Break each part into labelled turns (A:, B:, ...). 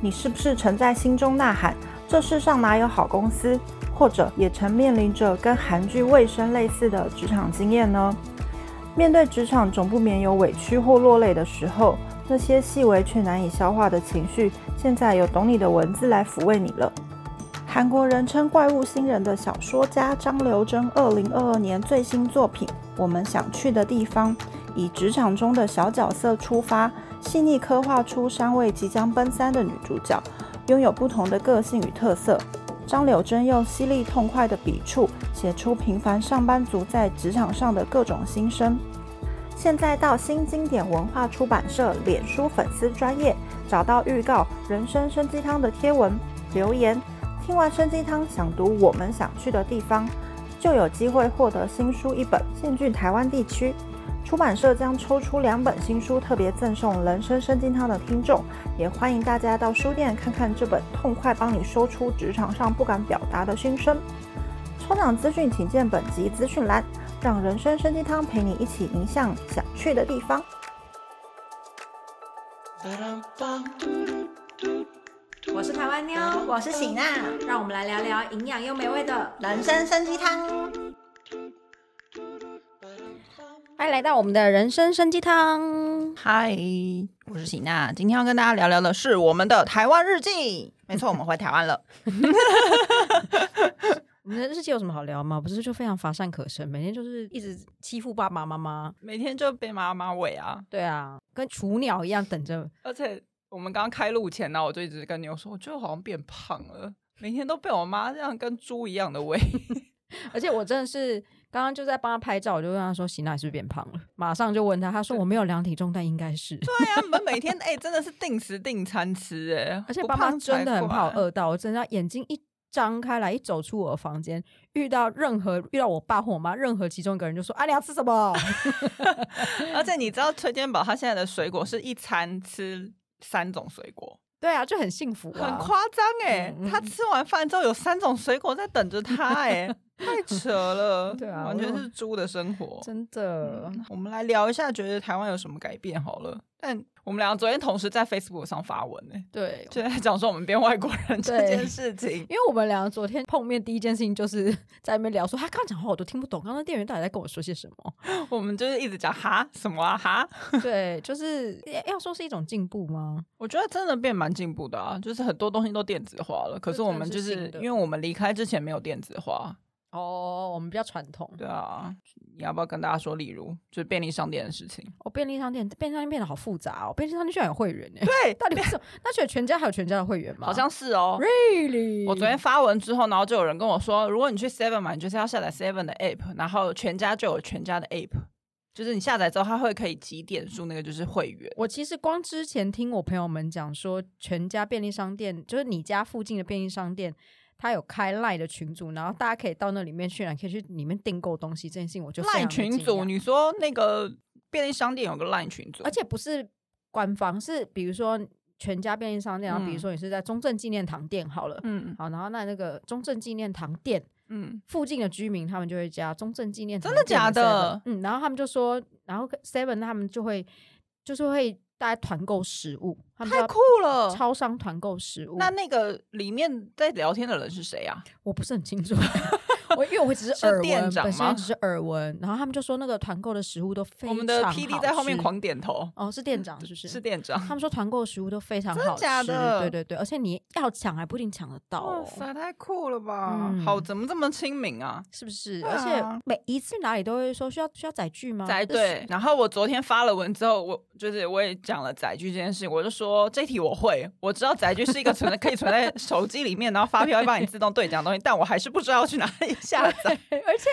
A: 你是不是曾在心中呐喊：这世上哪有好公司？或者也曾面临着跟韩剧卫生类似的职场经验呢？面对职场，总不免有委屈或落泪的时候，那些细微却难以消化的情绪，现在有懂你的文字来抚慰你了。韩国人称“怪物新人”的小说家张刘真，二零二二年最新作品《我们想去的地方》，以职场中的小角色出发，细腻刻画出三位即将奔三的女主角，拥有不同的个性与特色。张柳真用犀利痛快的笔触，写出平凡上班族在职场上的各种心声。现在到新经典文化出版社脸书粉丝专业找到预告《人生生鸡汤》的贴文留言，听完生鸡汤想读我们想去的地方，就有机会获得新书一本，现居台湾地区。出版社将抽出两本新书，特别赠送《人生生金汤》的听众，也欢迎大家到书店看看这本痛快帮你说出职场上不敢表达的心声。抽奖资讯请见本集资讯栏，让人生生鸡汤陪你一起迎向想去的地方。
B: 我是台湾妞，
C: 我是喜娜，
B: 让我们来聊聊营养又美味的。
C: 人生生鸡汤。
B: 欢迎来到我们的人生生鸡汤。
C: 嗨，我是喜娜，今天要跟大家聊聊的是我们的台湾日记。没错，我们回台湾了。
B: 我们的日记有什么好聊吗？不是就非常乏善可陈，每天就是一直欺负爸爸妈妈。
D: 每天就被妈妈喂啊，
B: 对啊，跟雏鸟一样等着。
D: 而且我们刚刚开录前呢，我就一直跟妞说，我觉得我好像变胖了，每天都被我妈这样跟猪一样的喂。
B: 而且我真的是刚刚就在帮他拍照，我就问他说：“行，那你是不是变胖了？”马上就问他，他说：“我没有量体重，但应该是。
D: 对啊，我们每天哎、真的是定时定餐吃哎、
B: 而且
D: 不
B: 爸妈
D: 胖
B: 真
D: 才
B: 的很怕我
D: 怪
B: 饿到，我真的要眼睛一张开来，一走出我的房间，遇到任何遇到我爸或我妈任何其中一个人，就说：“啊，你要吃什么？”
D: 而且你知道崔健宝他现在的水果是一餐吃三种水果，
B: 对啊，就很幸福、啊，
D: 很夸张哎！
B: 嗯嗯
D: 他吃完饭之后有三种水果在等着他 哎、太扯了，
B: 对啊
D: 完全
B: 我
D: 是猪的生活。
B: 真的。
D: 嗯我们来聊一下，觉得台湾有什么改变好了。但我们俩昨天同时在 Facebook 上发文呢、
B: 对，
D: 就在讲说我们变外国人这
B: 对
D: 件事情。
B: 因为我们俩昨天碰面第一件事情就是 在那边聊说，他刚讲话我都听不懂，刚刚店员到底在跟我说些什 么？
D: 我们就是一直讲哈什么啊哈，
B: 对，就是 要要说是一种进步吗？
D: 我觉得真的变蛮进步的啊，就是很多东西都电子化了。可是我们就
B: 这真的
D: 是
B: 是新的
D: 因为我们离开之前没有电子化，
B: 哦，我们比较传统。
D: 对啊。你要不要跟大家说，例如就是便利商店的事情？
B: 哦，便利商店，便利商店变得好复杂哦，便利商店居然有会员呢？
D: 对，
B: 到底为什么？ 那只有全家还有全家的会员吗？
D: 好像是哦。
B: really，
D: 我昨天发文之后，然后就有人跟我说，如果你去 Seven 买，你就是要下载 Seven 的 app，然后全家就有全家的 app，就是你下载之后，它会可以积点数，那个就是会员。
B: 我其实光之前听我朋友们讲说，全家便利商店就是你家附近的便利商店，它有开 Line 的群组，然后大家可以到那里面去，然后可以去里面订购东西，这件事情我就非常
D: Line
B: 的惊
D: 群组，
B: 讶
D: 你说那个便利商店有个 Line 群组，
B: 而且不是官方，是比如说全家便利商店，然后比如
D: 嗯
B: 说你是在中正纪念堂店好了，
D: 嗯
B: 好，然后那那个中正纪念堂店
D: 嗯，
B: 附近的居民，他们就会加中正纪念堂
D: 真的
B: 店
D: 假的
B: 7-Eleven 嗯，然后他们就说，然后 Seven 他们就会就是会大家团购食物，他们就
D: 太
B: 要
D: 酷了。
B: 超商团购食物。
D: 那那个里面在聊天的人是谁啊？
B: 我不是很清楚。 我因为我只是
D: 是
B: 耳
D: 店
B: 闻，
D: 长
B: 本
D: 吗
B: 身只是耳闻，然后他们就说那个团购的食物都非常
D: 我们的
B: 好
D: PD 在后面
B: 吃
D: 狂点头，
B: 哦，是店长是不是？
D: 是店长。
B: 他们说团购食物都非常
D: 真的
B: 好吃，
D: 假的
B: 对对对，而且你要抢还不一定抢得到、
D: 哇
B: 哦，
D: 塞，太酷了吧！
B: 嗯
D: 好，怎么这么亲民啊？
B: 是不是？
D: 对
B: 而
D: 啊
B: 且每一次哪里都会说需要需要载具吗？
D: 宅
B: 就是
D: 对，然后我昨天发了文之后，我就是我也讲了载具这件事情，我就说这题我会，我知道载具是一个存在可以存 在手机里面，然后发票会帮你自动兑奖的东西，但我还是不知道要去哪里下载。
B: 而且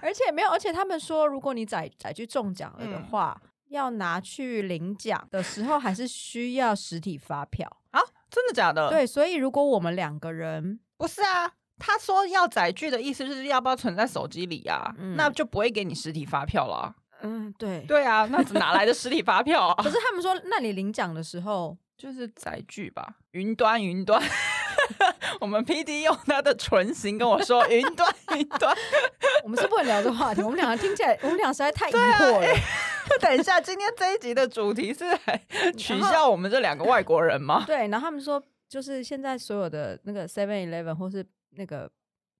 B: 而且没有，而且他们说，如果你载载具中奖了
D: 嗯
B: 的话，要拿去领奖的时候，还是需要实体发票。
D: 啊，真的假的？，
B: 对，所以如果我们两个人，
D: 不是啊。他说要载具的意思就是要不要存在手机里啊？
B: 嗯
D: 那就不会给你实体发票啊啦。
B: 嗯，对。
D: 对啊，那哪来的实体发票啊？
B: 可是他们说，那你领奖的时候，
D: 就是载具吧，云端云端。 我们 P D 用他的唇形跟我 说云端云端，
B: 我们是不能聊这个话题。我们两个听起来，我们俩实在太疑
D: 啊
B: 惑了。
D: 等 一下，今天这一集的主题是来取笑我们这两个外国人吗？
B: 对，然后他们说就是现在所有的那个 Seven Eleven 或是那个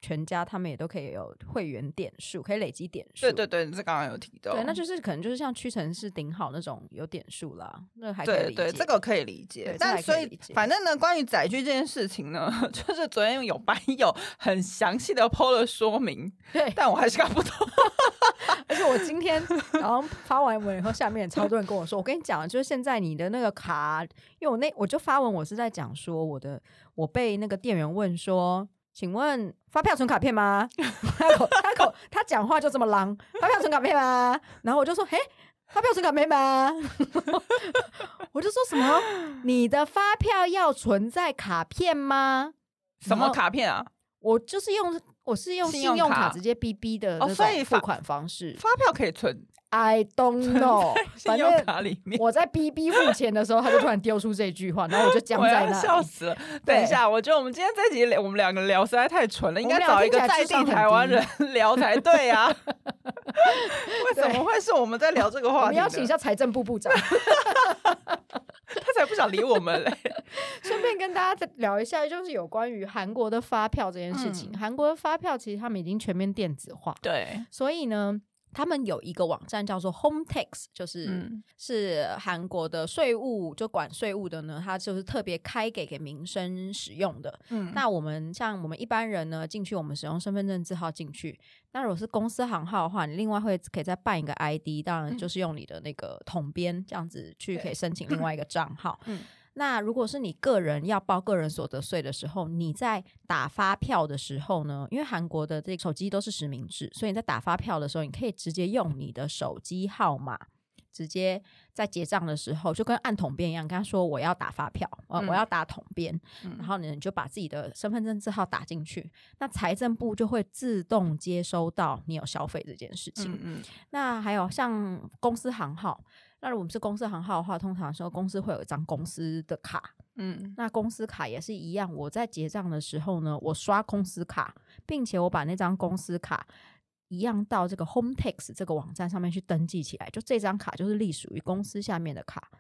B: 全家，他们也都可以有会员点数，可以累积点数。
D: 对对对，这刚刚有提到，
B: 对，那就是可能就是像屈臣氏、顶好那种有点数啦，那还可以
D: 对
B: 理
D: 对，
B: 解
D: 这个可以理
B: 对
D: 解
B: 这。还
D: 但
B: 可
D: 所
B: 以理
D: 以
B: 解
D: 反正呢，关于载具这件事情呢， 就是昨天有班友很详细的 PO 了说明，
B: 对。
D: 但我还是看不懂。
B: 而且我今 天然后发完文以后，下面超多人跟我说，我跟你讲，就是现在你的那个卡，因为我那我就发文，我是在讲说我的，我被那个店员问说。请问发票存卡片吗？ 他口他口他讲话就这么狼，发票存卡片吗？然后我就说，嘿，发票存卡片吗？ 我就说什么？你的发票要存在卡片吗？
D: 什么
B: 然后
D: 卡片啊？
B: 我就是用我是用
D: 信
B: 信
D: 用
B: 用卡
D: 卡
B: 直接 B B 的
D: 哦
B: 那
D: 所以
B: 种
D: 发
B: 付款方式。
D: 发票可以存
B: I don't know，
D: 信
B: 反
D: 用
B: 正
D: 卡里面。
B: 我在 B B 付钱的时候，他就突然丢出这句话，然后我就僵
D: 我
B: 在
D: 要
B: 那
D: 笑
B: 里。
D: 死了！等一下，我觉得我们今天这集聊我们两个聊实在太蠢了，应该找一个在地台湾人聊才对 啊。为什么会是我们在聊这个
B: 我
D: 话
B: 们
D: 题
B: 邀请一
D: 呢？
B: 下财政部部长，
D: 他才不想理我们嘞！
B: 顺便跟大家再聊一下，就是有关于韩国的发票这件事情。
D: 嗯
B: 韩国的发票其实他们已经全面电子化，
D: 对，
B: 所以呢，他们有一个网站叫做 Home Tax，就是、
D: 嗯
B: 是韩国的税务就管税务的呢，它就是特别开给给民生使用的。
D: 嗯
B: 那我们像我们一般人呢，进去我们使用身份证字号进去。那如果是公司行号的话，你另外会可以再办一个 ID，当然就是用你的那个统编这样子去
D: 嗯对
B: 可以申请另外一个账号。
D: 嗯
B: 那如果是你个人要报个人所得税的时候，你在打发票的时候呢，因为韩国的这个手机都是实名制，所以你在打发票的时候，你可以直接用你的手机号码。直接在结账的时候，就跟按统编一样，跟他说我要打发票，呃，
D: 嗯
B: 我要打统编，
D: 嗯
B: 然后呢，你就把自己的身份证字号打进去，那财政部就会自动接收到你有消费这件事情。
D: 嗯嗯，
B: 那还有像公司行号，那如果我们是公司行号的话，通常说公司会有一张公司的卡，
D: 嗯，
B: 那公司卡也是一样。我在结账的时候呢，我刷公司卡，并且我把那张公司卡。一样到这个 Home Tax 这个网站上面去登记起来，就这张卡就是隶属于公司下面的卡，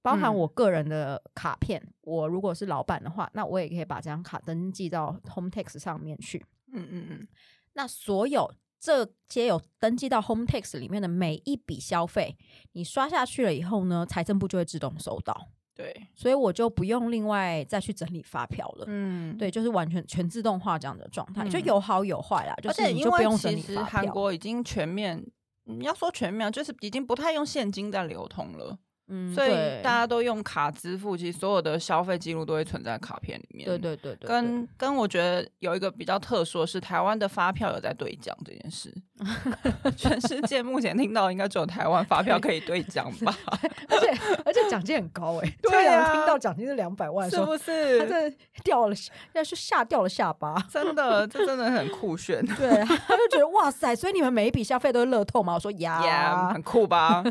B: 包含
D: 嗯
B: 我个人的卡片。我如果是老板的话，那我也可以把这张卡登记到 Home Tax 上面去。
D: 嗯嗯嗯，
B: 那所有这些有登记到 Home Tax 里面的每一笔消费，你刷下去了以后呢，财政部就会自动收到，
D: 对，
B: 所以我就不用另外再去整理发票了。
D: 嗯。
B: 对，就是完全全自动化这样的状态，就
D: 嗯
B: 有好有坏啦，就
D: 而
B: 是
D: 且
B: 你
D: 因
B: 就不
D: 为
B: 用整
D: 其
B: 理
D: 实
B: 发
D: 韩
B: 票。
D: 国已经全面，嗯要说全面，就是已经不太用现金在流通了，
B: 嗯
D: 所以
B: 对
D: 大家都用卡支付。其实所有的消费记录都会存在卡片里面。
B: 对对对对，对
D: 跟跟我觉得有一个比较特殊的是，台湾的发票有在兑奖这 件事，全世界目前听到应该只有台湾发票可以兑奖 吧？
B: 而且而且奖金很高哎、欸， 这
D: 对
B: 个人
D: 啊
B: 听到奖金是两百万的时
D: 是
B: 候，
D: 不
B: 他
D: 是？
B: 真的掉了，要是吓掉了下巴。
D: 真的，这真的很 酷炫，
B: 对，他就觉得哇塞，所以你们每一笔消费都是乐透吗？我 说呀
D: 呀，很酷 吧？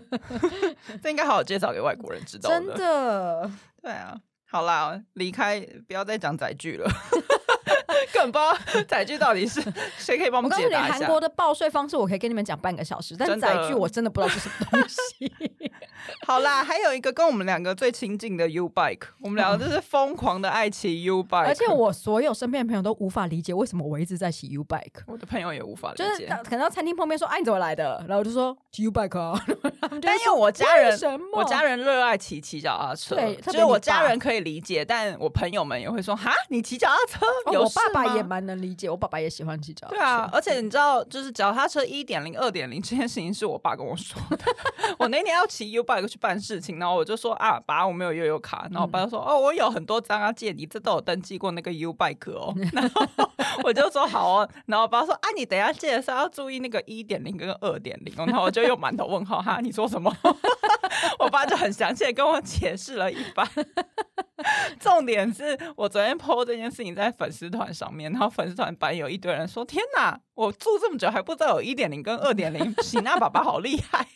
D: 这应该好好介绍给外国人知道
B: 真的，
D: 对啊，好啦，离开，不要再讲载 具了，更不知道载具到底是谁可以帮
B: 我
D: 们
B: 告诉
D: 解
B: 你，
D: 答一
B: 韩
D: 下。
B: 国的报税方式我可以跟你们讲半个小时，但
D: 真的
B: 载具我真的不知道是什么东 西。
D: 好啦，还有一个跟我们两个最亲近的 U Bike，我们两个就是疯狂的爱骑 U Bike，
B: 而且我所有身边的朋友都无法理解为什么我一直在骑 U bike。
D: 我的朋友也无法理
B: 就是
D: 解。
B: 到可能到餐厅碰面说：“哎、你怎么来的？”然后我就说骑 U bike 啊。 他们就会
D: 但因为
B: 说
D: 我家人
B: 为什么？
D: 我家人热爱骑骑脚踏车，
B: 对特
D: 就
B: 别
D: 是我
B: 你
D: 家
B: 爸
D: 人可以理解，但我朋友们也会说：“哈，你骑脚踏车、
B: 哦
D: 有
B: 我
D: 事
B: 爸爸
D: 吗
B: 也蛮能理解，我爸爸也喜欢骑脚踏车。
D: 对啊，而且你知道，就是脚踏车一点零、二点零这件事情是我爸跟我说的。我那天要骑 U bike 去办事情，然后我就说啊，爸，我没有悠游卡。然后我爸就说，哦，我有很多张啊，借你，这都有登记过那个 U bike 哦。然后我就说好哦，然后我爸说啊，你等一下借的时候要注意那个一点零跟二点零哦。然后我就用馒头问号，哈，你说什么？ 我爸就很详细的跟我解释了一番。重点是我昨天 PO 这件事情在粉丝团上面，然后粉丝团版有一堆人说：“天哪，我住这么久还不知道有一点零跟二点零，喜娜爸爸好厉 害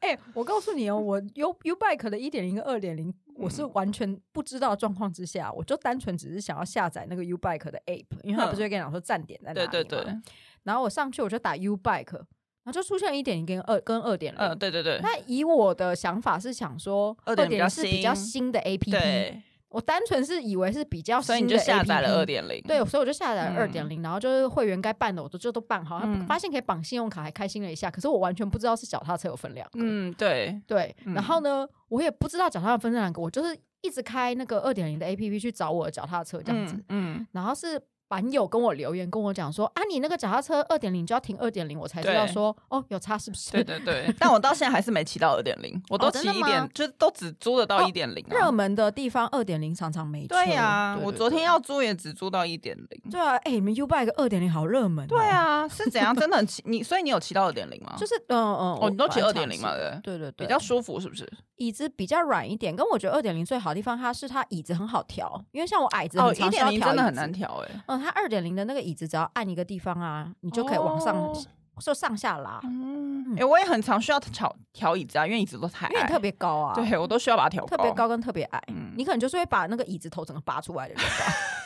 B: 哎、我告诉你哦，我 U U bike 的一点零跟二点零，我是完全不知道的状况之下，我就单纯只是想要下载那个 U bike 的 app，因为他不是会跟你讲说站点在！”哪里
D: 对
B: 吗？
D: 对对，
B: 然后我上去我就打 U bike，然后就出现一点零跟二跟二点
D: 嗯，
B: 零。
D: 对对对
B: 那以我的想法是想说，
D: 2.0
B: 2.0是比较新的 A P P，
D: 对，
B: 我单纯是以为是比较
D: 所以
B: 新
D: 你
B: 的
D: 就下载
B: APP
D: 了二点零。
B: 对，所以我就下载了二点
D: 嗯
B: 零，然后就是会员该办的我都就都办好，
D: 嗯
B: 发现可以绑信用卡，还开心了一下。可是我完全不知道是脚踏车有分两个，
D: 嗯，对，
B: 对。
D: 嗯
B: 然后呢，我也不知道脚踏车分两个，我就是一直开那个二点零的 APP 去找我的脚踏车这样子。
D: 嗯，
B: 然后是版友跟我留言跟我讲说啊，你那个脚踏车二点零就要停二点零，我才知道
D: 对
B: 说哦有差是不是？
D: 对对对。 但我到现在还是没骑到二点零，我都
B: 哦真
D: 骑
B: 的
D: 一点
B: 吗，
D: 就是都只租得到
B: 哦
D: 一点零。啊
B: 热门的地方二点零常常没车。
D: 对呀，
B: 对
D: 我
B: 对
D: 昨天
B: 对
D: 要租也只租到一点零。
B: 对啊，哎、你们 U Bike 二点零好热门、哦
D: 对，啊，是怎样？真的很骑你，所以你有骑到二点零吗？
B: 就是嗯嗯，
D: 哦，你都骑
B: 我
D: 二
B: 本来尝
D: 点零
B: 试
D: 嘛，
B: 过对
D: 对不对，
B: 对对，
D: 比较舒服是不是？
B: 椅子比较软一点，跟我觉得二点零最好的地方，它是它椅子很好调，因为像我矮子
D: 哦，
B: 很
D: 一
B: 常需要
D: 点零
B: 调
D: 真的
B: 椅
D: 很
B: 子
D: 难。调哎。
B: 嗯，它二点零的那个椅子，只要按一个地方啊，你就可以往上、
D: 哦
B: 就上下拉，
D: 嗯，哎，我也很常需要调调椅子啊，因为椅子都太
B: 因为
D: 矮，
B: 你特别高啊，
D: 对我都需要把它调
B: 特别。高跟特别矮，
D: 嗯
B: 你可能就是会把那个椅子头整个拔出来的人吧，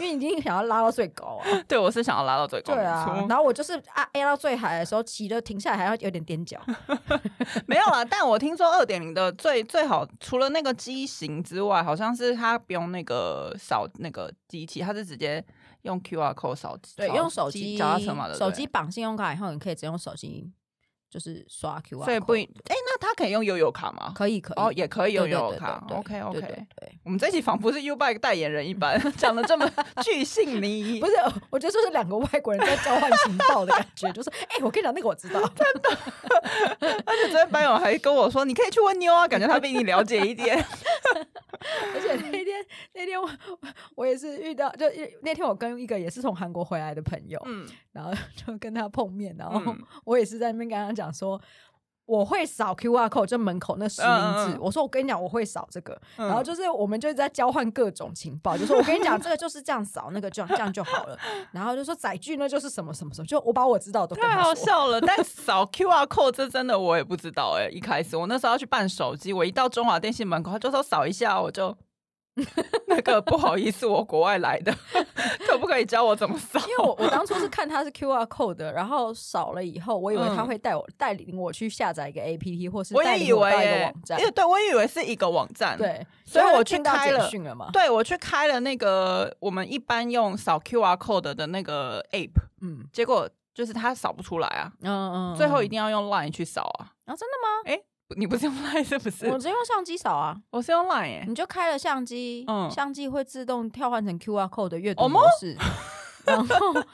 B: 因为你已经想要拉到最高 啊。
D: 对，我是想要拉到最高。
B: 对
D: 哦没错
B: 啊，然后我就是啊压到最矮的时候，骑的停下来还要有点踮 脚。
D: 没有啦，但我听说二点零的最最好，除了那个机型之外，好像是它不用那个扫那个机器，它是直接用 QR code 扫。
B: 对，
D: 扫
B: 用手机
D: 脚踏车嘛，对不对
B: 手机绑信用卡以后，你可以直接用手机就是刷 QR，
D: 所以不一
B: code
D: 哎、那它可以用悠游卡吗？
B: 可以可以
D: 哦，也可以用
B: 对
D: 悠
B: 对
D: 游
B: 对
D: 卡。
B: 对
D: OK
B: 对
D: OK，
B: 对 对，
D: 我们这期仿佛是 U Bike 代言人 一般，讲的这么 巨细靡遗。
B: 不是，我觉得就是两个外国人在交换情报的感觉，就是哎、我跟你讲那个我 知道，
D: 而 且昨天班友还跟我说，你可以去问妞啊，感觉他比你了解 一点。
B: 而且那天那天我我也是遇到，就那天我跟一个也是从韩国回来的朋友，
D: 嗯，
B: 然后就跟他碰面，然后
D: 嗯
B: 我也是在那边跟他讲说。我会扫 QR code，就门口那实名
D: 嗯嗯
B: 制。
D: 嗯
B: 我说我跟你讲，我会扫这个。
D: 嗯
B: 然 后就是我们就一直在交换各种情报，就说我跟你讲，这个就是这样扫，那个就这样就好 了。然后就说载具呢就是什么什么什么，就我把我知道的都跟
D: 太
B: 他
D: 好
B: 说。
D: 笑 了！但扫 QR code 这真的我也不知道哎、一开始我那时候要去办手机，我一到中华电信门口，他就说扫一下，我就 那个不好意思，我国外来的， 可不可以教我怎么扫？
B: 因为我我当初是看它是 QR code 的，然后扫了以后，我以为他会带我带领我去下载一个 APP，或是
D: 嗯我
B: 带
D: 也
B: 领
D: 以为
B: 到一个
D: 耶、
B: 网站
D: 因。为对我以为是一个网站，，
B: 对，
D: 所以
B: 他就
D: 我去
B: 听到
D: 开
B: 简
D: 了
B: 讯了嘛。
D: 对我去开了那个我们一般用扫 QR code 的那个 app，
B: 嗯
D: 结果就是它扫不出来啊，
B: 嗯嗯，
D: 最后一
B: 嗯
D: 定要用 Line 去扫啊。
B: 啊，真的
D: 你不是用 Line 是不是？
B: 吗？我
D: 我
B: 直接用相机扫啊，
D: 我是用 Line 哎、
B: 你就开了相机，
D: 嗯
B: 相机会自动跳换成 QR code 的阅
D: 哦
B: 读模
D: 么
B: 式。 然 后它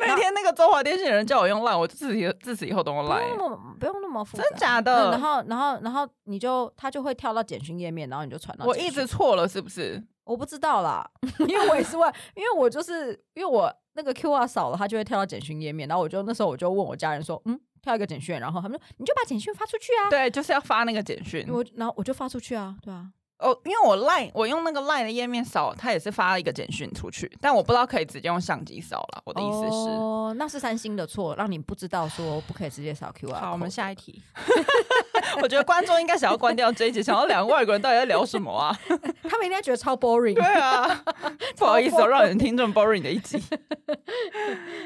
D: 那天那个中华电信的人叫我用 Line，我自己自此以后都用
B: 不用那
D: Line，
B: 么不用那么复杂，
D: 嗯真假
B: 嗯
D: 的？
B: 然后，然后，然后你就它就会跳到简讯页面，然后你就传到
D: 我
B: 简
D: 一
B: 讯
D: 直错了，是不是？
B: 我不知道啦， 因为我也是问，因为我就是因为我那个 QR 扫了，它就会跳到简讯页面，然后我就那时候我就问我家人说，嗯，跳一个简讯，然后他们说你就把简讯发出去啊，
D: 对，就是要发那个简讯。
B: 我然后我就发出去啊，对啊，
D: 哦，因为我 Line 我用那个 Line 的页面扫，它也是发了一个简讯出去，但我不知道可以直接用相机扫了。我
B: 我
D: 的意思是，
B: 哦，那是三星的错，让你不知道说不可以直接扫 QR。
D: 好，我们下一题。 我觉得观众应该想要关掉这一集，想要两个外国人到底在聊什么啊？
B: 他们应该觉得超 boring
D: 对。 啊，不好意思、哦，让人听这么 boring 的一集。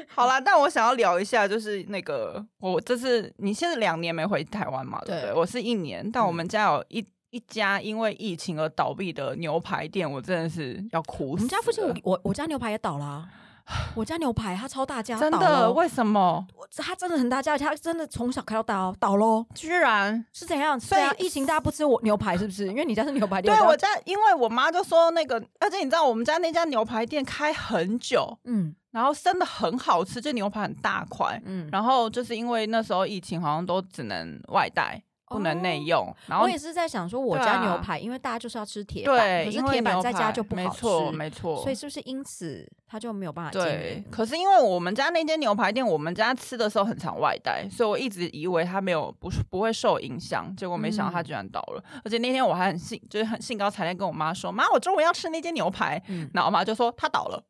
D: 好啦，但我想要聊一下，就是那个我这次你现在两年没回台湾嘛，对不对？
B: 对
D: 我是一年，但我们家有一。一家因为疫情而倒闭的牛排店，我真的是要哭死了。
B: 我们家附近我我我家牛排也倒了 啊、我家牛排它超大家，
D: 真
B: 倒了哦
D: 的为什么？
B: 我它真的很大家，它真的从小开到大哦，倒喽。
D: 居然
B: 是怎样？
D: 所以
B: 所以疫情大家不吃我牛排是不是？因为你家是牛排店，
D: 对啊我
B: 家
D: 家，因为我妈就说那个，而且你知道我们家那家牛排店开很久，
B: 嗯
D: 然后真的很好吃，这牛排很大块。
B: 嗯，
D: 然后就是因为那时候疫情，好像都只能外带，不能内用。然后
B: 哦我也是在想说，我
D: 对
B: 家
D: 啊
B: 牛排，因为大家就是要吃铁板，
D: 对，
B: 可是
D: 因为
B: 铁板
D: 牛
B: 在家
D: 排
B: 就不
D: 没
B: 好吃，
D: 错，没错。
B: 所以是不是因此它就没有办法经
D: 对
B: 营，？
D: 可是因为我们家那间牛排店，我们家吃的时候很常外带，所以我一直以为它没有不是不会受影响，结果没想到它
B: 嗯
D: 居然倒了。而且那天我还很兴，就是很兴高采烈跟我妈说：“妈，我中午要吃那间牛排。”
B: 嗯
D: 然后我妈就说：“它倒了。”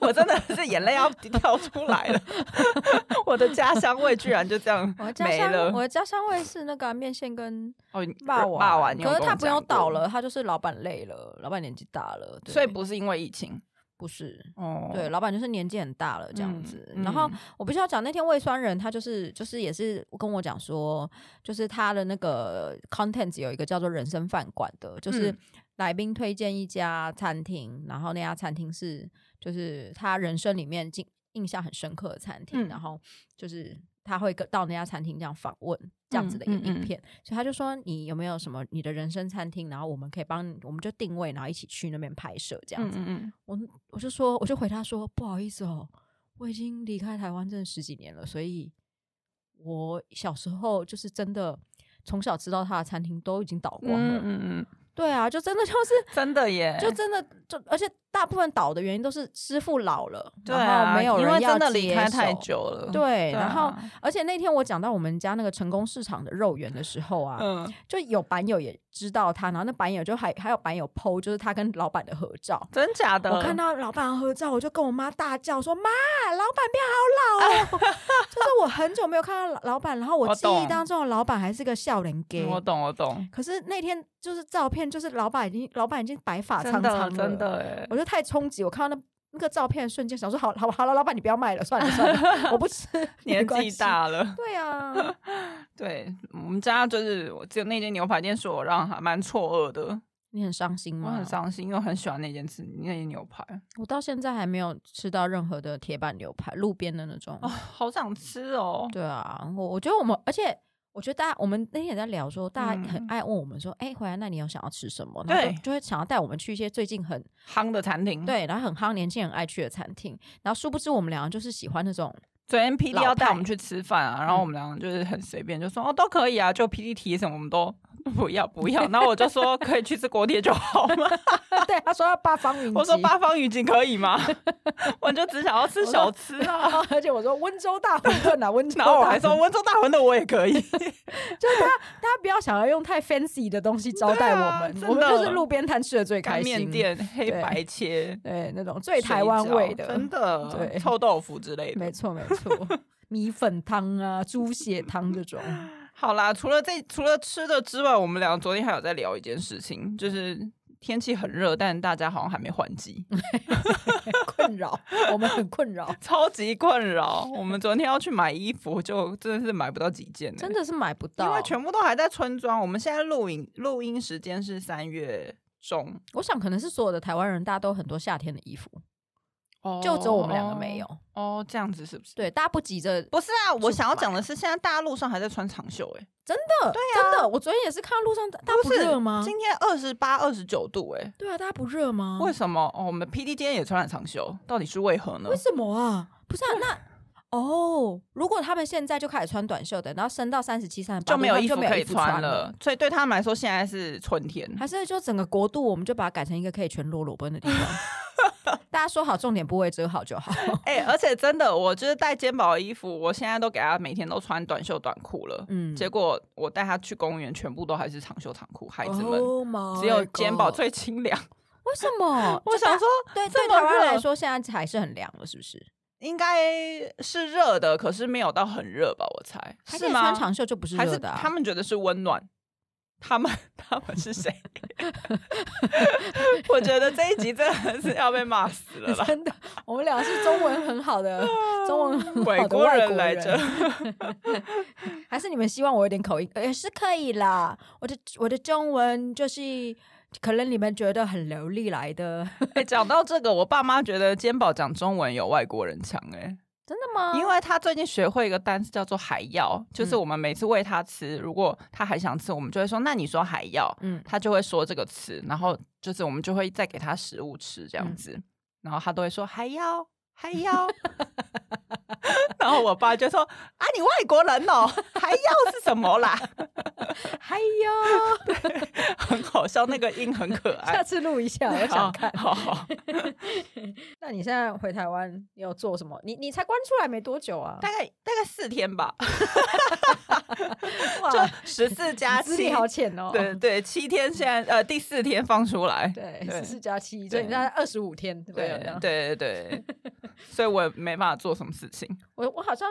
D: 我真的是眼泪要 掉出来了， 我的家乡味居然就这样
B: 我的家
D: 没了
B: 乡，我。的家乡味是那个啊面线跟
D: 哦，
B: 霸王，
D: 霸王，你有
B: 啊可是
D: 跟
B: 他
D: 我
B: 不用
D: 讲过
B: 倒了，，他就是老板累了，老板年纪大了，对
D: 所以不是因为疫情
B: 不是。
D: 哦
B: 对，，老板就是年纪很大了这样
D: 嗯
B: 子。
D: 嗯
B: 然后我必须要讲，那天胃酸人他就是就是也是跟我讲说，就是他的那个 content 有一个叫做人生饭馆的，就是
D: 嗯
B: 来宾推荐一家餐厅，然后那家餐厅是就是他人生里面印印象很深刻的餐厅，
C: 嗯
B: 然后就是他会跟到那家餐厅这样访问这样子的一个
C: 嗯嗯
B: 影
C: 嗯
B: 片，所以他就说你有没有什么你的人生餐厅，然后我们可以帮你，我们就定位，然后一起去那边拍摄这样子。
C: 嗯
B: 我我就说，我就回他说，不好意思哦，我已经离开台湾真的十几年了，所以我小时候就是真的从小知道他的餐厅都已经倒光了。
C: 嗯
B: 对啊，就真的就是
D: 真的耶，
B: 就真的就，而且大部分倒的原因都是师傅老了，
D: 对
B: 然
D: 啊，
B: 后没有人
D: 因为
B: 要
D: 真的离
B: 接
D: 开太
B: 手。
D: 久了，
B: 对，
D: 啊
B: 然后而且那天我讲到我们家那个成功市场的肉圆的时候啊，
D: 嗯，
B: 就有板友也知道他，然后那板友就还还有板友 PO 就是他跟老板的合照，
D: 真假的，
B: 我看到老板合照，我就跟我妈大叫说：“妈，老板变好老哦！” 就是我很久没有看到老老板，然后我
D: 我
B: 记忆
D: 懂
B: 当中的老板还是个笑脸 gay
D: 嗯。我懂，我懂，
B: 可是那天就是照片，就是老板已经老板已经白发苍
D: 真
B: 苍了
D: 的真，的 哎，
B: 我就太冲击，我看到那那个照片的瞬间，想说：“好好好了，老板你不要卖了，算了算 了，我不吃。”
D: 年
B: 没关
D: 纪
B: 系，
D: 大了，
B: 对 啊，
D: 对我们家就是我只有那间牛排店是我让还蛮错愕的，
B: 你很伤心
D: 我
B: 吗？
D: 很，伤心，因为我很喜欢那间吃那间牛排，
B: 我到现在还没有吃到任何的铁板牛排，路边的那种。
D: 哦，好想吃哦，
B: 对啊，我我觉得我们，而且我觉得大家，我们那天也在聊说，大家很
D: 嗯
B: 爱问我们说，哎、回来那你有想要吃什么？然后就
D: 对嗯
B: 就会想要带我们去一些最近很
D: 夯的餐厅，，
B: 对，然后很夯年轻人爱去的餐厅。然后殊不知我们两个就是喜欢那种，
D: 昨天 P D
B: 老
D: 要带
B: 派嗯
D: 我们去吃饭啊，然后我们两个就是很随便就说哦都可以啊，就 P D 提什么我们都 不要不要，然后我就 说可以去吃锅贴就好嘛，
B: 对，他说要八方云集，
D: 我说八方云集可以吗？ 我就只想要吃小吃啊，
B: 啊， 而且我说温州 大馄饨啊，温州
D: 然后我
B: 大
D: 还
B: 馄饨，
D: 说温州大馄饨我也可以，
B: 就是他大家不要想要用太 fancy 的东西招待我们，
D: 对啊
B: 我们就
D: 真
B: 是
D: 的
B: 路边摊吃的最 开
D: 干
B: 心，
D: 面店黑
B: 对
D: 白切。
B: 对那种最台湾味的，
D: 水饺真的，
B: 对
D: 臭豆腐之类
B: 没
D: 的。
B: 错没错，米粉汤啊、猪血汤这种，
D: 好啦，除了这除了吃的之外，我们俩昨天还有在聊一件事情，就是天气很热，但大家好像还没换季，
B: 困扰，我们很困扰，
D: 超级困扰。我们昨天要去买衣服，就真的是买不到几件、 欸
B: 真。的是哦买不到。
D: 因为全部都还在村庄，我们现在录影录音时间是三月中，
B: 我想可能是所有的台湾人，大家都很多夏天的衣服，就只有我们两个没有。
D: 哦。哦，这样子是不是？
B: 对，大家不急着，
D: 不是啊，我
B: 去
D: 想要
B: 买
D: 讲的是，现在大家路上还在穿长袖、欸，哎，
B: 真的，真的，我昨天也是看到路上大大家不热吗？
D: 今天二十八、二十九度、欸，哎、
B: 对啊，大家不热吗？
D: 为什么？哦，我们 P D 今天也穿了长袖，到底是为何呢
B: 为？什么啊？不是啊，那。 哦，如果他们现在就开始穿短袖的，然后升到三十七、三十八，
D: 就没有
B: 他们
D: 衣服
B: 就没
D: 可
B: 有
D: 以
B: 衣服穿
D: 穿了，，所以对他们来说，现在是春天。
B: 还是就整个国度，我们就把它改成一个可以全裸裸奔的地 方。大家说好，重点部位遮好就好。
D: 哎、而且真的，我就是带肩膀的衣服，我现在都给他每天都穿短袖短裤了。
B: 嗯，
D: 结果我带他去公园，全部都还是长袖长裤，孩子们、
B: Oh my
D: 只有肩膀
B: God
D: 最清凉。
B: 为什么？
D: 我想说，
B: 对
D: 这
B: 对
D: 么
B: 台湾
D: 热
B: 来说，现在还是很凉了，是不是？
D: 应该是热的，可是没有到很热吧？我猜
B: 还
D: 是
B: 以
D: 吗？
B: 穿长袖就不是
D: 还
B: 热
D: 是
B: 的、啊，
D: 他们觉得是温暖。他们他们是谁？ 我觉得这一集真的是要被骂死了啦！
B: 真的，我们俩是中文很好 的，中文很
D: 鬼
B: 好的
D: 国
B: 外
D: 人
B: 国
D: 来着
B: 人，， 还是你们希望我有点口音？也、是可以啦，我的我的中文就是。可能你们觉得很流利来 的，
D: 哎，讲到这个，我爸妈觉得肩膀讲中文有外国人强哎、
B: 真的吗
D: 因为他最近学会一个单词叫做海药，就是
B: 嗯
D: 我们每次喂他吃，如果他还想吃，我们就会说那你说海药，
B: 嗯，
D: 他就会说这个词，然后就是我们就会再给他食物吃这样
B: 嗯
D: 子，然后他都会说海药海药， 然后我爸就说啊你外国人哦，海药是什么啦？
B: 还有，
D: 很好笑，那个音很可
B: 下
D: 爱。
B: 次录一下， 我想看。
D: 哎好好好
B: 那你现在回台湾，你有做什么？你你才关出来没多久啊？
D: 大 概大概四天吧，
B: 哇
D: 就十四加
B: 哦资
D: 七
B: 历，好浅哦。
D: 对对，七天现在呃第四天放出来，
B: 对，
D: 对
B: 十四加七，所以你大概二十五天，对不
D: 对
B: 对？
D: 对对对， 所以我也没办法做什么事情。
B: 我我好像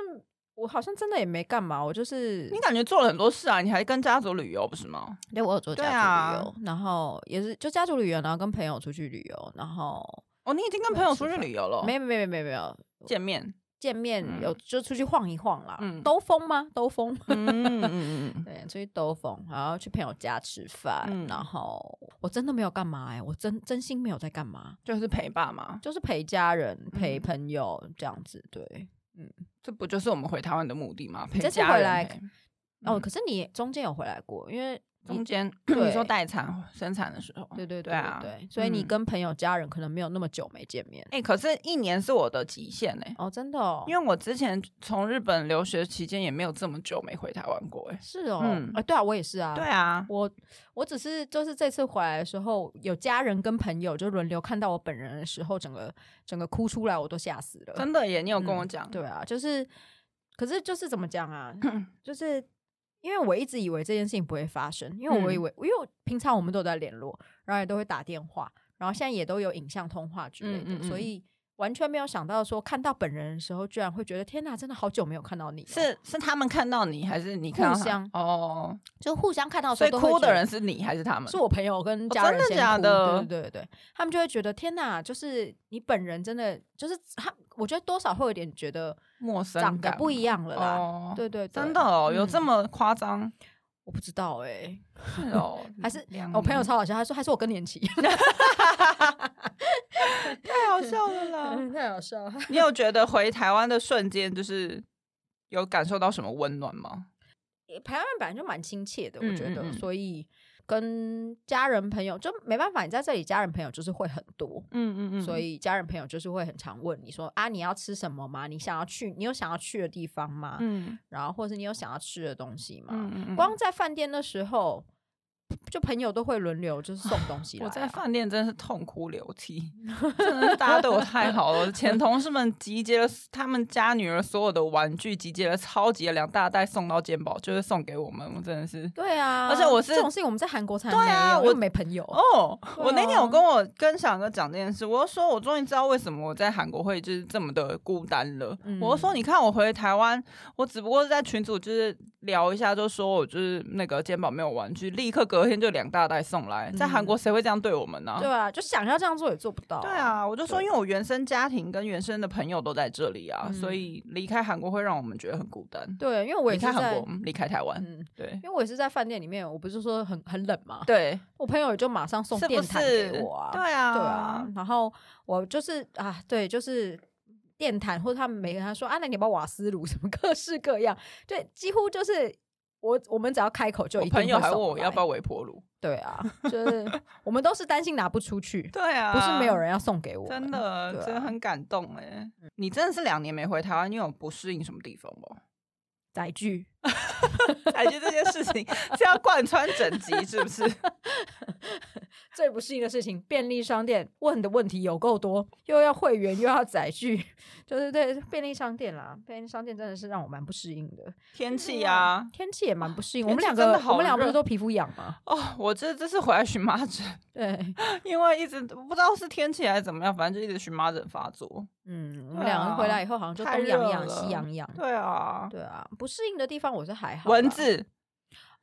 B: 我好像真的也没干嘛，我就是
D: 你感觉做了很多事啊，你还跟家族旅游不是吗？
B: 对我有做
D: 对
B: 家族
D: 啊
B: 旅游，然后也是就家族旅游，然后跟朋友出去旅游，然后
D: 哦，你已经跟朋友出去旅游了，
B: 没有没有没有没有没有
D: 见面
B: 见面
D: 嗯
B: 有就出去晃一晃啦，
D: 嗯
B: 兜风吗？兜风。
D: 嗯嗯嗯，
B: 对，出去兜风，然后去朋友家吃饭，
D: 嗯
B: 然后我真的没有干嘛哎、我真真心没有在干嘛，
D: 就是陪爸妈，
B: 就是陪家人、陪
D: 嗯
B: 朋友这样子。对，
D: 这不就是我们回台湾的目的吗？陪
B: 这次
D: 家
B: 回
D: 人
B: 来
D: 陪。
B: 哦，
D: 嗯
B: 可是你中间有回来过，因为你
D: 中间
B: 对
D: 你说待产生产的时候，
B: 对对
D: 对啊
B: 对，所以你
D: 嗯
B: 跟朋友、家人可能没有那么久没见面。
D: 哎、可是一年是我的极限哎、
B: 哦，真的、哦，
D: 因为我之前从日本留学期间也没有这么久没回台湾过哎、
B: 是哦，
D: 嗯
B: 啊，对啊，我也是啊，
D: 对啊，
B: 我我只是就是这次回来的时候，有家人跟朋友就轮流看到我本人的时候，整个整个哭出来，我都吓死了。
D: 真的耶，你有跟我
B: 嗯
D: 讲、
B: 对啊，就是，可是就是怎么讲啊？
D: 嗯
B: 就是因为我一直以为这件事情不会发生，因为我以
D: 嗯
B: 为，因为我平常我们都有在联络，然后也都会打电话，然后现在也都有影像通话之类的，
D: 嗯嗯嗯
B: 所以完全没有想到说看到本人的时候，居然会觉得天哪，真的好久没有看到你哦、
D: 是是他们看到你还是你看到
B: 互
D: 他
B: 相
D: 哦？
B: 就互相看到的时候都
D: 所以
B: 会
D: 哭
B: 觉
D: 的
B: 得
D: 人是你还是他们？
B: 是我朋友跟
D: 哦
B: 家人
D: 真的
B: 先
D: 假
B: 哭
D: 的
B: 对对对对，他们就会觉得天哪，就是你本人真的就是他，我觉得多少会有点觉得
D: 陌生
B: 长得
D: 感
B: 不
D: 吗
B: 一样了啦。
D: 哦，
B: 对对对
D: 真的哦，有这
B: 嗯
D: 么夸张、
B: 我不知道哎、
D: 是哦
B: 还是
D: 两
B: 我朋友
D: 年
B: 超好笑，他说还是我更年期，
D: 太好笑了 啦！
B: 太好哦笑了。
D: 你有觉得回台湾的瞬间就是有感受到什么温暖吗？
B: 台湾人本来就蛮亲切的，我
D: 嗯
B: 觉得，
D: 嗯嗯
B: 所以跟家人朋友就没办法，你在这里家人朋友就是会很多。
D: 嗯
B: 所以家人朋友就是会很常问你说啊，你要吃什么吗？你想要去，你有想要去的地方吗？
D: 嗯
B: 然后或是你有想要吃的东西吗？
D: 嗯嗯
B: 光在饭店的时候，就朋友都会轮流就是送东西来、啊
D: 我在，饭店真是痛哭流 涕，真的是大家对我太好了。前同事们集结了他们家女儿所有的玩具，集结了超级的两大袋送到鉴宝，就是送给我们。我真的是
B: 对啊，
D: 而且我是
B: 这种事情我们在韩国才
D: 对啊
B: 没有因为
D: 我
B: 没朋友
D: 哦，
B: 对
D: 我那天
B: 啊
D: 有跟我跟小杨哥讲这件事，我就说我终于知道为什么我在韩国会就是这么的孤单了。
B: 嗯
D: 我就说你看我回台湾，我只不过是在群组就是聊一下，就说我就是那个肩膀没有玩具，立刻隔天就两大袋送来。在韩国谁会这样对我们呢、
B: 嗯对啊，就想要这样做也做不到、
D: 对，啊，我就说，
B: 对
D: 因为我原生家庭跟原生的朋友都在这里啊，
B: 嗯
D: 所以离开韩国会让我们觉得很孤单。
B: 对，因为我也
D: 离
B: 是
D: 开韩
B: 在
D: 国，，嗯离开台湾，
B: 嗯，
D: 对
B: 因为我也是在饭店里面，我不是说很很冷嘛，
D: 对，
B: 我朋友也就马上送
D: 是
B: 电
D: 不
B: 毯
D: 是？
B: 给我啊，
D: 对啊，
B: 对啊，，然后我就是啊，对，就是电毯或者他们每个人他说啊，那你要不要瓦斯炉什么各式各样，对，几乎就是我我们只要开口就
D: 我
B: 一定
D: 朋友
B: 会
D: 还问
B: 送
D: 我要不
B: 来
D: 要微波炉，
B: 对啊，就是我们都是担心拿不出去，
D: 对啊，
B: 不是没有人要送给我们，
D: 真的，
B: 对啊嗯
D: 真的很感动哎、你真的是两年没回台湾，你有不适应什么地方吗？
B: 载具。
D: 感觉这件事情是要贯穿整集，是不是？
B: 最不适应的事情，便利商店问的问题有够多，又要会员又要载具， 就是对便利商店啦，便利商店真的是让我蛮不适应的。
D: 天气啊，
B: 天气也蛮不适应，我
D: 天
B: 们
D: 气
B: 两
D: 真
B: 个
D: 的好
B: 我们俩不是
D: 热
B: 都皮肤痒吗？
D: 哦，我这这次回来荨麻疹，
B: 对，
D: 因为一直不知道是天气还是怎么样，反正就一直荨麻疹发作。
B: 嗯，我
D: 对
B: 们两个
D: 啊
B: 回来以后好像就
D: 太
B: 东痒
D: 热
B: 痒
D: 了
B: 西痒痒。
D: 对啊，
B: 对啊，不适应的地方我是还好啦。
D: 蚊子，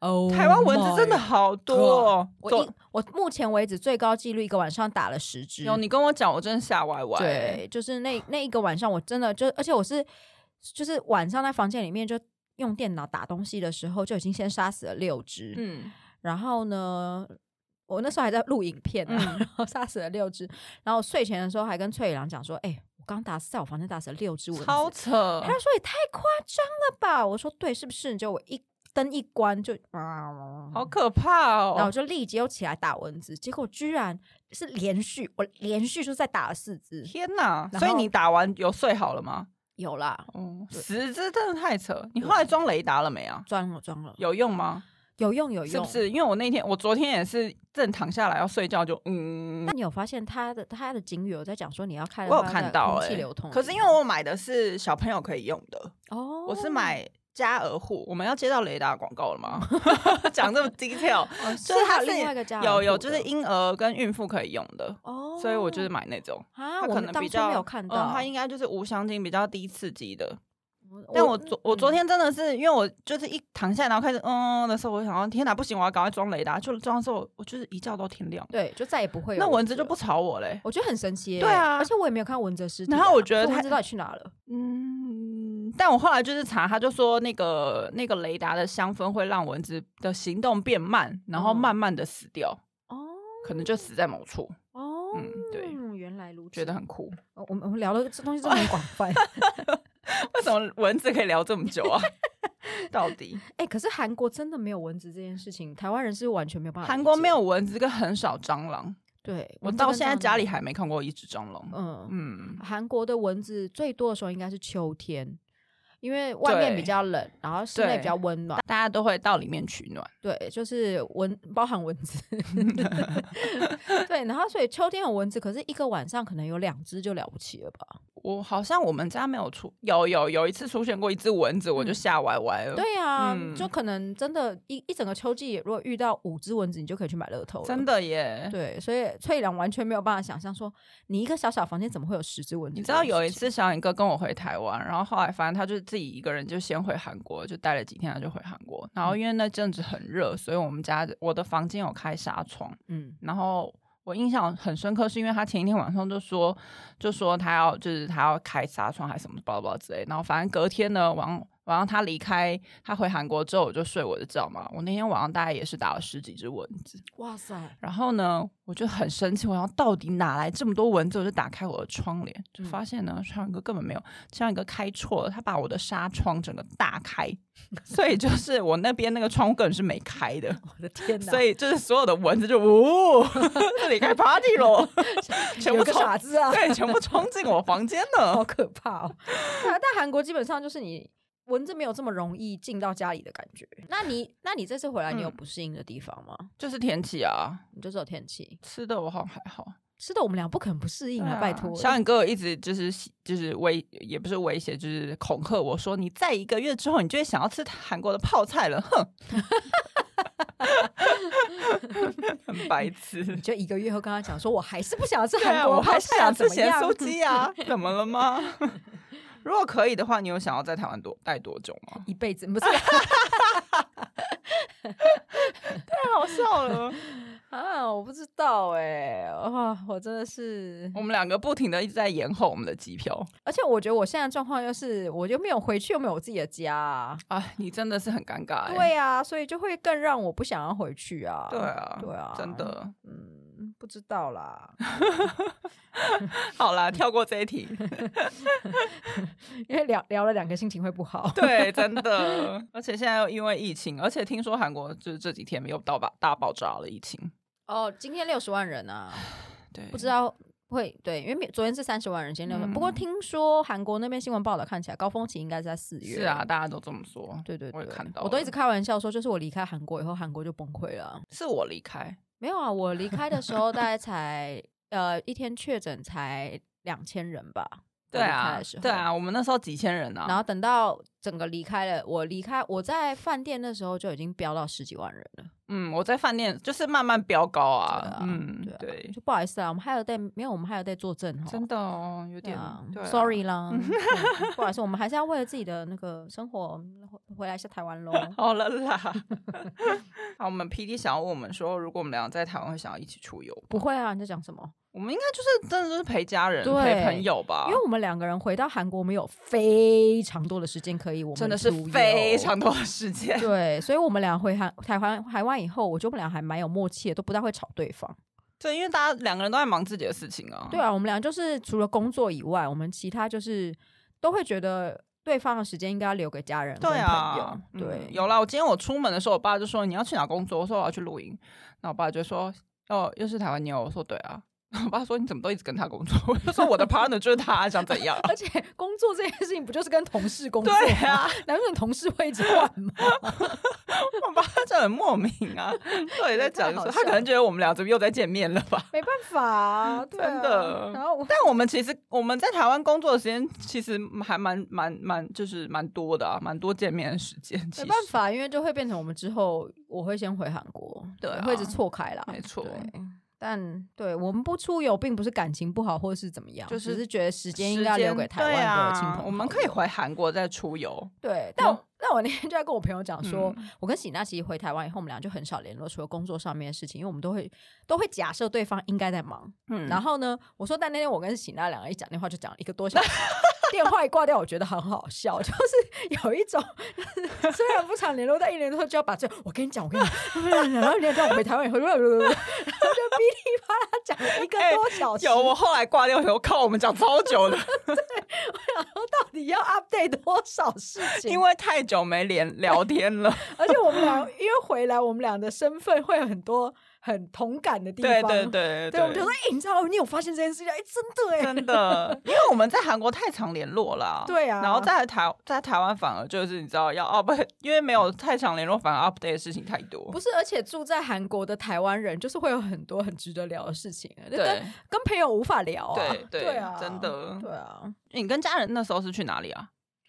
B: 哦，
D: 台湾蚊子真的好多、哦。
B: 我
D: 走
B: 一我目前为止最高纪录一个晚上打了十只。
D: 有你跟我讲，我真的吓歪歪。
B: 对，，就是那那一个晚上，我真的就，而且我是就是晚上在房间里面就用电脑打东西的时候，就已经先杀死了六只，
D: 嗯，
B: 然后呢。我那时候还在录影片呢、然
D: 嗯
B: 后 杀死了六只。然后我睡前的时候还跟翠良讲说：“哎、我刚打死在我房间打死了六只蚊子。”
D: 超扯
B: 他。说：“也太夸张了吧！”我说：“对，是不是？”就我一灯一关就，
D: 好可怕
B: 然后我
D: 哦！
B: 就立即又起来打蚊子，结果居然是连续，我连续就再打了四只，
D: 天哪！
B: 然
D: 所以
B: 后
D: 你打完有睡好了吗？
B: 有啦，
D: 哦，
B: 嗯对
D: 十只真的太扯。你后来装雷达了没啊？
B: 装了装了，
D: 有用吗？
B: 有用有用，
D: 是不是？因为我那天我昨天也是正躺下来要睡觉就嗯，
B: 那你有发现他的他的警语有在讲说你要看
D: 我有
B: 它的
D: 看到
B: 空
D: 哎、
B: 气流通的
D: 可
B: 地方，
D: 是因为我买的是小朋友可以用的，
B: 哦，
D: 我是买家鹅户。我们要接到雷达广告了 吗？讲这么 detail，
B: 哦， 是
D: 就是
B: 还
D: 它
B: 有
D: 是
B: 另外一个家
D: 有
B: 乐
D: 有
B: 福
D: 就是
B: 的
D: 婴儿跟孕妇可以用的，
B: 哦，
D: 所以我就是买那种。
B: 啊，
D: 它
B: 我
D: 可
B: 们
D: 能
B: 当
D: 比
B: 初没
D: 较
B: 有看到，
D: 嗯，它应该就是无香精比较低刺激的。但我昨我
B: 嗯
D: 昨天真的是，因为我就是一躺下来，然后开始嗯嗯的时候，我想说天哪，不行，我要赶快装雷达。就装的时候，我就是一觉到天亮，
B: 对就再也不会有
D: 那蚊子
B: 了
D: 就不，吵我嘞。
B: 我觉得很神奇耶，
D: 对啊
B: 而且我也没有看到蚊子的尸体啊，
D: 然后我觉得
B: 所以蚊
D: 它
B: 子到底去哪了？
D: 嗯，
A: 嗯，
D: 但我后来就是查，他就说那个那个雷达的香氛会让蚊子的行动变慢，然后
B: 嗯
D: 慢慢的死掉，
B: 哦
D: 可能就死在某处。
B: 哦，
D: 嗯对，
B: 原来如此。
D: 觉得很酷，
B: 哦我们我们聊了这东西这么广泛，
D: 为什么蚊子可以聊这么久啊？ 到 底
B: 哎，可是韩国真的没有蚊子这件事情，台湾人是完全没有办法。
D: 韩国没有，蚊子跟很少蟑螂，
B: 对
D: 我到现在家，里
B: 蚊子
D: 还没看过一只蟑螂。
B: 跟蟑螂嗯
D: 嗯，
B: 韩国的蚊子最多的时候应该是秋天，因为外面比
D: 对
B: 较冷，然后室内比
D: 对
B: 较温暖。
D: 大家都会到里面取暖。
B: 对，就是蚊，包含蚊 子。 对，然后所以秋天有蚊子，可是一个晚上可能有两只就了不起了吧？
D: 我好像我们家没有出，有有有一次出现过一只蚊子，我就吓歪歪了。
B: 嗯对啊，
D: 嗯
B: 就可能真的一，一整个秋季，如果遇到五只蚊子，你就可以去买乐透了。
D: 真。的耶。
B: 对，所以翠良完全没有办法想象说，你一个小小房间怎么会有十只蚊子？
D: 你知道有一，次小颖哥跟我回台湾，然后后来反正他就自己一个人就先回韩国，就待了几天，他就回韩国。然后
B: 嗯
D: 因为那阵子很热，所以我们家我的房间有开纱窗。
B: 嗯，
D: 然后我印象很深刻，是因为他前一天晚上就说，就说他要就是他要开纱窗还是什么包包之类。然后反正隔天呢，晚上晚上他离开，他回韩国之后，我就睡我的觉嘛。我那天晚上大概也是打了十几只蚊子。
B: 哇塞，
D: 然后呢，我就很生气，我想到底哪来这么多蚊子？我就打开我的窗帘，就
B: 嗯
D: 发现呢，像一哥根本没有，像一哥开错了，他把我的纱窗整个大开，所以就是我那边那个窗户根本是没开的，
B: 我的天哪！
D: 所以就是所有的蚊子就呜，这里开 party 咯，全
B: 有
D: 部
B: 个
D: 冲，
B: 傻子啊，
D: 对，全部冲进我房间
B: 好
D: 了。
B: 可怕 哦！但韩国基本上就是你蚊子没有这么容易进到家里的感觉。那你那你这次回来，你有
D: 嗯
B: 不适应的地方吗？
D: 就是天气啊，
B: 你就只有天气，
D: 吃的我好像还好，
B: 吃的我们俩不可能不适应
D: 对
B: 啊，
D: 啊
B: 拜托。
D: 小远哥有一直就是就是威，也不是威胁，就是恐吓我说，你在一个月之后，你就会想要吃韩国的泡菜了，哼。很白痴，
B: 你就一个月后跟他讲说，我还是不想要吃
D: 对
B: 韩
D: 啊，
B: 国，
D: 我还是
B: 是
D: 想
B: 怎
D: 吃
B: 么
D: 咸
B: 样？
D: 酥鸡啊，怎么了吗？如果可以的话，你有想要在台湾多待多久吗？
B: 一辈子不是啊
D: 太好笑了！
B: 啊？我不知道哎、啊，我真的是，
D: 我们两个不停的一直在延后我们的机票。
B: 而且我觉得我现在的状况又是，我又没有回去，又没有我自己的家、啊，
D: 哎，你真的是很尴尬、欸。
B: 对啊，所以就会更让我不想要回去啊。
D: 对啊，
B: 对啊，
D: 真的。
B: 嗯，不知道啦，
D: 好啦，跳过这一题。
B: 因为聊聊了两个心情会不好。
D: 对，真的。而且现在又因为疫情，而且听说韩国就是这几天又到吧大爆炸了疫情。
B: 哦，今天六十万人啊，
D: 对，
B: 不知道会对，因为昨天是三十万人，今天六十、万。不过
D: 嗯
B: 听说韩国那边新闻报道看起来高峰期应该是在四月。
D: 是啊，，大家都这么说。
B: 对对对，
D: 我也看到
B: 我都一
D: 了
B: 直开玩笑说，就是我离开韩国以后，韩国就崩溃了。
D: 是我离开，
B: 没有啊，我离开的时候大概才 呃一天确诊才两千人吧。我
D: 对
B: 离开
D: 啊
B: 的时，候
D: 对啊，我们那时候几千人啊，
B: 然后等到整个离开了，我离开我在饭店的时候就已经飙到十几万人了。
D: 嗯，我在饭店就是慢慢飙
B: 对
D: 高
B: 啊
D: 啊，嗯，
B: 对啊
D: 对，
B: 就不好意思啊，我们还有在没有，我们还有在作证哈。
D: 真的哦，有
B: 对
D: 点
B: 啊
D: 对啊
B: s o r r y 啦，嗯不好意思，我们还是要为了自己的那个生活回回来一下台湾喽。
D: 好了啦，好，我们 P D 想要问我们说，如果我们俩在台湾会想要一起出游，
B: 不会啊，你在讲什么？
D: 我们应该就是真的就是陪家人、
B: 对
D: 陪朋友吧，
B: 因为我们两个人回到韩国，我们有非常多的时间可以，我们
D: 真的是
B: 出游
D: 非常多的时间。
B: 对，所以我们俩回韩台湾台湾以后，我觉得我们俩还蛮有默契的，都不大会吵对方。
D: 对，因为大家两个人都在忙自己的事情啊。
B: 对啊，我们俩就是除了工作以外，我们其他就是都会觉得对方的时间应该要留给家人跟
D: 对
B: 朋
D: 啊
B: 友。，对，
D: 嗯有啦。我今天我出门的时候，我爸就说你要去哪工作，我说我要去露营，那我爸就说哦，又是台湾妞，我说对啊。 我爸说你怎么都一直跟他工作， 我就说我的 partner 就是他，想怎样 啊？
B: 而且工作这件事情不就是跟同事工作
D: 对
B: 吗？
D: 啊，
B: 难不成同事会一直换吗？
D: 我爸就很莫名啊，到底在讲
B: 太好
D: 什么？
B: 笑
D: 他可能觉得我们俩怎么又在见面了吧？
B: 没办法、啊，对啊
D: 真的
B: 然后我
D: 但我们其实我们在台湾工作的时间其实还蛮蛮蛮，就是蛮多的啊，蛮多见面的时间。其
B: 没
D: 实
B: 办法，因为就会变成我们之后我会先回韩国，
D: 对啊
B: 会一直错开啦，
D: 没错
B: 对但对我们不出游，并不是感情不好或是怎么样，
D: 就
B: 只
D: 是
B: 是觉得时
D: 时
B: 间应该留给台湾
D: 对
B: 的
D: 啊
B: 亲朋好友、
D: 我们可以回韩国再出游。
B: 对，但
D: 有
B: 那我那天就在跟我朋友讲说，
D: 嗯
B: 我跟喜娜其实回台湾以后，我们俩就很少联络，除了工作上面的事情，因为我们都会都会假设对方应该在忙。
C: 嗯
B: 然后呢，我说，但那天我跟喜娜两个一讲电话就讲了一个多小时，电话一挂掉，我觉得很好笑，就是有一种就是虽然不常联络，但一联络就要把这我跟你讲，我 跟你讲，然后你知道我回台湾以后，然后就噼里啪啦讲了一个多小时，
D: 有，我后来挂掉以后，靠，我们讲超久的，
B: 然后到底要 update 多少事情？
D: 因为太久没连聊天了。
B: 而且我们俩因为回来，我们俩的身份会有很多很同感的地方。
D: 对对对
B: 对我们就说，哎、你知道，你有发现这件事情？哎、 真的哎、
D: 真的， 因为我们在韩国太常联络了、
B: 对啊
D: 然后在台在台湾反而就是你知道要 up，因为没有太常联络，反而 update 的事情太多
B: 不。是，而且住在韩国的台湾人，就是会有很多很值得聊的事情，啊
D: 对
B: 跟跟朋友无法聊啊。
D: 对嗯
B: 对啊，
D: 真。的。
B: 对啊，
D: 你跟家人那时候是去哪里啊？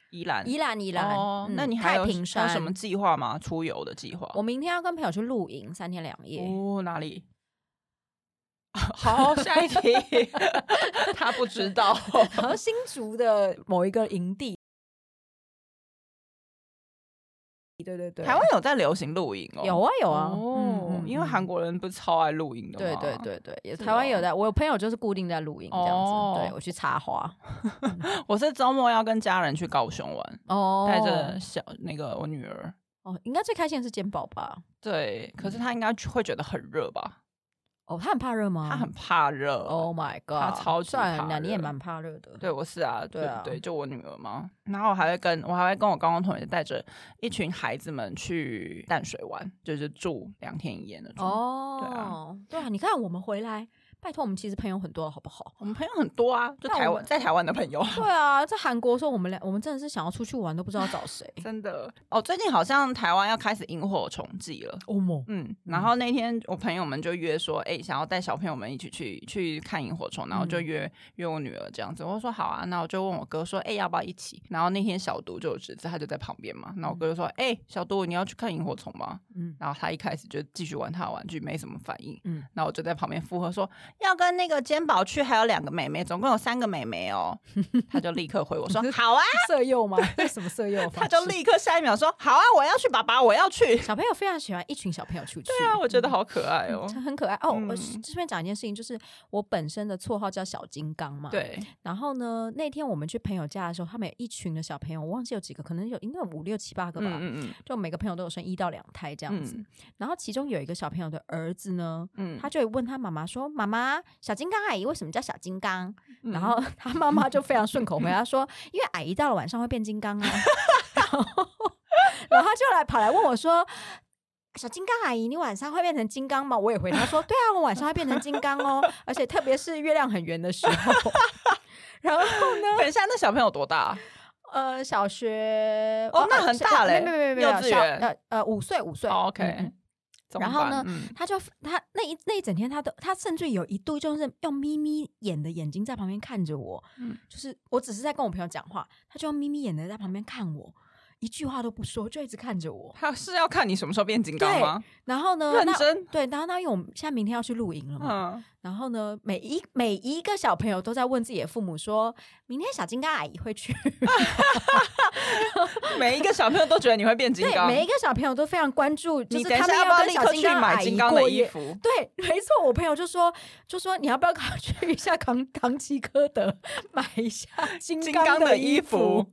D: 宜兰。
B: 宜兰宜兰、
D: 哦，
B: 嗯
D: 那你还
B: 太
D: 有
B: 平
D: 还
B: 山
D: 有什么？计划吗？出游的计划？
B: 我明天要跟朋友去露营三天两夜。
D: 哦，哪里？好， 下一题。 他不知道。
B: 然后新竹的某一个营地，对对对，
D: 台湾有在流行露营哦，
B: 有啊有啊，
D: 哦，因为韩
B: 国。
D: 国人不是超爱露营的
B: 对
D: 吗？
B: 对对对，也
D: 啊是
B: 台湾有
D: 哦
B: 在，我有朋友就是固定在露营这样子，
D: 哦
B: 对我去插花
D: 我是周末要跟家人去高雄玩，
B: 哦
D: 带着小那个我女儿。嗯
B: 哦，应该最开心的是肩膀吧？
D: 对，可是她应该会觉得很热吧？
B: 哦，他很怕热吗？
D: 她很怕热。
B: ，Oh my God，
D: 他超级
B: 算
D: 怕
B: 了，你也
D: 热
B: 蛮怕热的，
D: 对，我是啊，
B: 对
D: 对
B: 啊
D: 对，就我女儿嘛。然后我还会跟我还会跟我高中同学带着一群孩子们去淡水玩，就是住两天一夜那种。
B: 哦，对啊，你看我们回来，拜托我们其实朋友很多了，好不好？
D: 我们朋友很多啊，就
B: 那我
D: 台
B: 们
D: 湾在台湾的朋 友。。
B: 对啊，在韩国的时候，我们俩我们真的是想要出去玩都不知道找谁
D: 真的哦，最近好像台湾要开始萤火虫季了。
B: 欧盟
D: 嗯，然后那天我朋友们就约说，哎、想要带小朋友们一起去去看萤火虫，然后就约、约我女儿这样子。我说好啊，那我就问我哥说，哎、要不要一起？然后那天小毒就有侄子，他就在旁边嘛，然后我哥就说，哎、小毒你要去看萤火虫吗？
B: 嗯
D: 然后他一开始就继续玩他的玩具，没什么反应。
B: 嗯
D: 嗯，然后我就在旁边附和说，要跟那个肩膀去，还有两个妹妹，总共有三个妹妹 哦。他就立刻回 我说，好啊。
B: 色诱吗？这是什么色诱方式？
D: 他就立刻下一秒说，好啊，我要去，爸爸，我要去。
B: 小朋友非常喜欢一群小朋友出去。嗯
D: 对啊，我觉得好可爱哦。
B: 很可爱哦！我
D: 嗯
B: 这边讲一件事情，就是我本身的绰号叫小金刚嘛。。
D: 对，
B: 然后呢，那天我们去朋友家的时候，他们有一群的小朋友，我忘记有几个，可能有应该有五六七八个吧。
D: 嗯嗯
B: 就每个朋友都有生一到两胎这样子。然后其中有一个小朋友的儿子呢，
D: 嗯
B: 他就会问他妈妈说：“妈妈，小金刚阿姨为什么叫小金刚？”
D: 嗯
B: 然 后他妈妈就非常顺口回答说：“因为阿姨到了晚上会变金刚啊。” 然后，然后他就来跑来问我说。小金刚阿姨，你晚上会变成金刚吗？我也回答 说，对啊，我晚上会变成金刚哦，而且特别是月亮很圆的时候。 然后呢，
D: 等一下，那小朋友多大？
B: 呃，小学呃
D: 哦那很大嘞
B: 没没没没有
D: 幼稚
B: 小
D: 园
B: 呃呃五岁五岁
D: 哦，OK
B: 嗯嗯
D: 怎么
B: 然后
D: 办
B: 呢
D: 嗯
B: 他就他那一那一整天，他都他甚至有一度就是用眯眯眼的眼睛在旁边看着我，
D: 嗯
B: 就是我只是在跟我朋友讲话，他就用眯眯眼的在旁边看我，一句话都不说，就一直看着我。
D: 他是要看你什么时候变金刚吗？嗯
B: 然后呢，
D: 认
B: 那
D: 真
B: 对，然后那因为我们现在明天要去露营了嘛，
D: 嗯，
B: 然后呢，每一每一个小朋友都在问自己的父母说，明天小金刚阿姨会去。
D: 每一个小朋友都觉得你会变 金
B: 对，
D: 刚。
B: 每一个小朋友都非常关注，就
D: 你
B: 是
D: 等一
B: 他们
D: 下不要
B: 跟
D: 立
B: 小
D: 刻
B: 金
D: 去
B: 刚阿
D: 买
B: 姨
D: 金刚的
B: 过
D: 衣
B: 夜
D: 服？
B: 对，没错，我朋友就说，就说你要不要考 去一下康康熙科德买一下金
D: 金
B: 刚
D: 刚
B: 的
D: 的
B: 衣
D: 衣
B: 服？
D: 服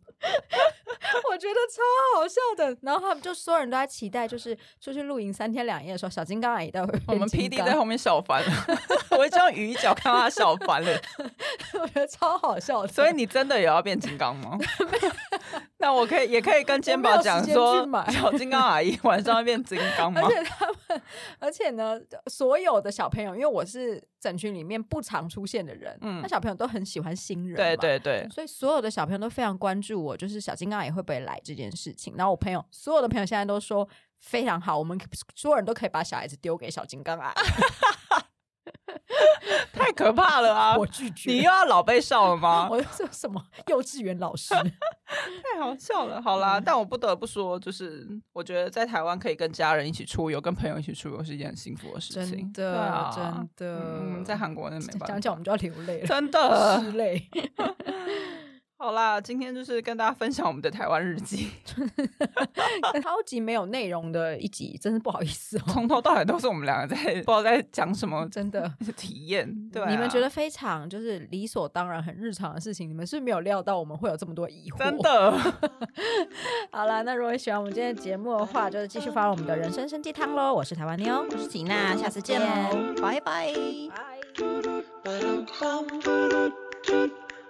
B: 我觉得超好笑的。然后他们就所有人都在期待，就是出去露营三天两夜的时候，小金刚阿姨到底会
D: 我
B: 变
D: 们 P
B: 金
D: D
B: 刚
D: 在后面笑翻了， 我就用鱼角看到他笑翻了。
B: 我觉得超好笑的。
D: 所以你真的有要变金刚吗？ 那我可以也可以跟肩
B: 我没
D: 膀
B: 有时
D: 讲
B: 间
D: 说
B: 去买，
D: 小金刚阿姨晚上会变金刚吗
B: 而？且他们，而且呢，所有的小朋友，因为我是整群里面不常出现的人，
D: 嗯
B: 那小朋友都很喜欢新人，
D: 对。对对，
B: 所以所有的小朋友都非常关注我，就是小金刚也会不会来这件事情。然后我朋友所有的朋友现在都说非常好，我们所有人都可以把小孩子丢给小金刚啊，！
D: 太可怕了啊
B: 我拒绝。
D: 你又啊要老被笑了吗？
B: 我是什么幼稚园老 师？
D: 太好笑了，好啦，但我不得不说，就是我觉得在台湾可以跟家人一起出游，跟朋友一起出游是一件很幸福的事情，对啊、
B: 的
D: 嗯，在韩国那没办
B: 讲
D: 法，
B: 讲我们就要流泪了，
D: 真的
B: 之类。
D: 好啦，今天就是跟大家分享我们的台湾日记，
B: 超级没有内容的一集，真是不好意 思哦，
D: 从头到尾都是我们两个在不知道在讲什么
B: 真的。
D: 体验。对啊、
B: 你们觉得非常就是理所当然、很日常的事情，你们是没有料到我们会有这么多疑惑。
D: 真，的？
B: 好了，那如果喜欢我们今天的节目的话，就是继续发我们的人生生鸡汤喽。我是台湾妞，
C: 我是吉娜，下次见喽，拜拜。
B: 拜。
E: Ba-dum-bum-ba-dum-dum.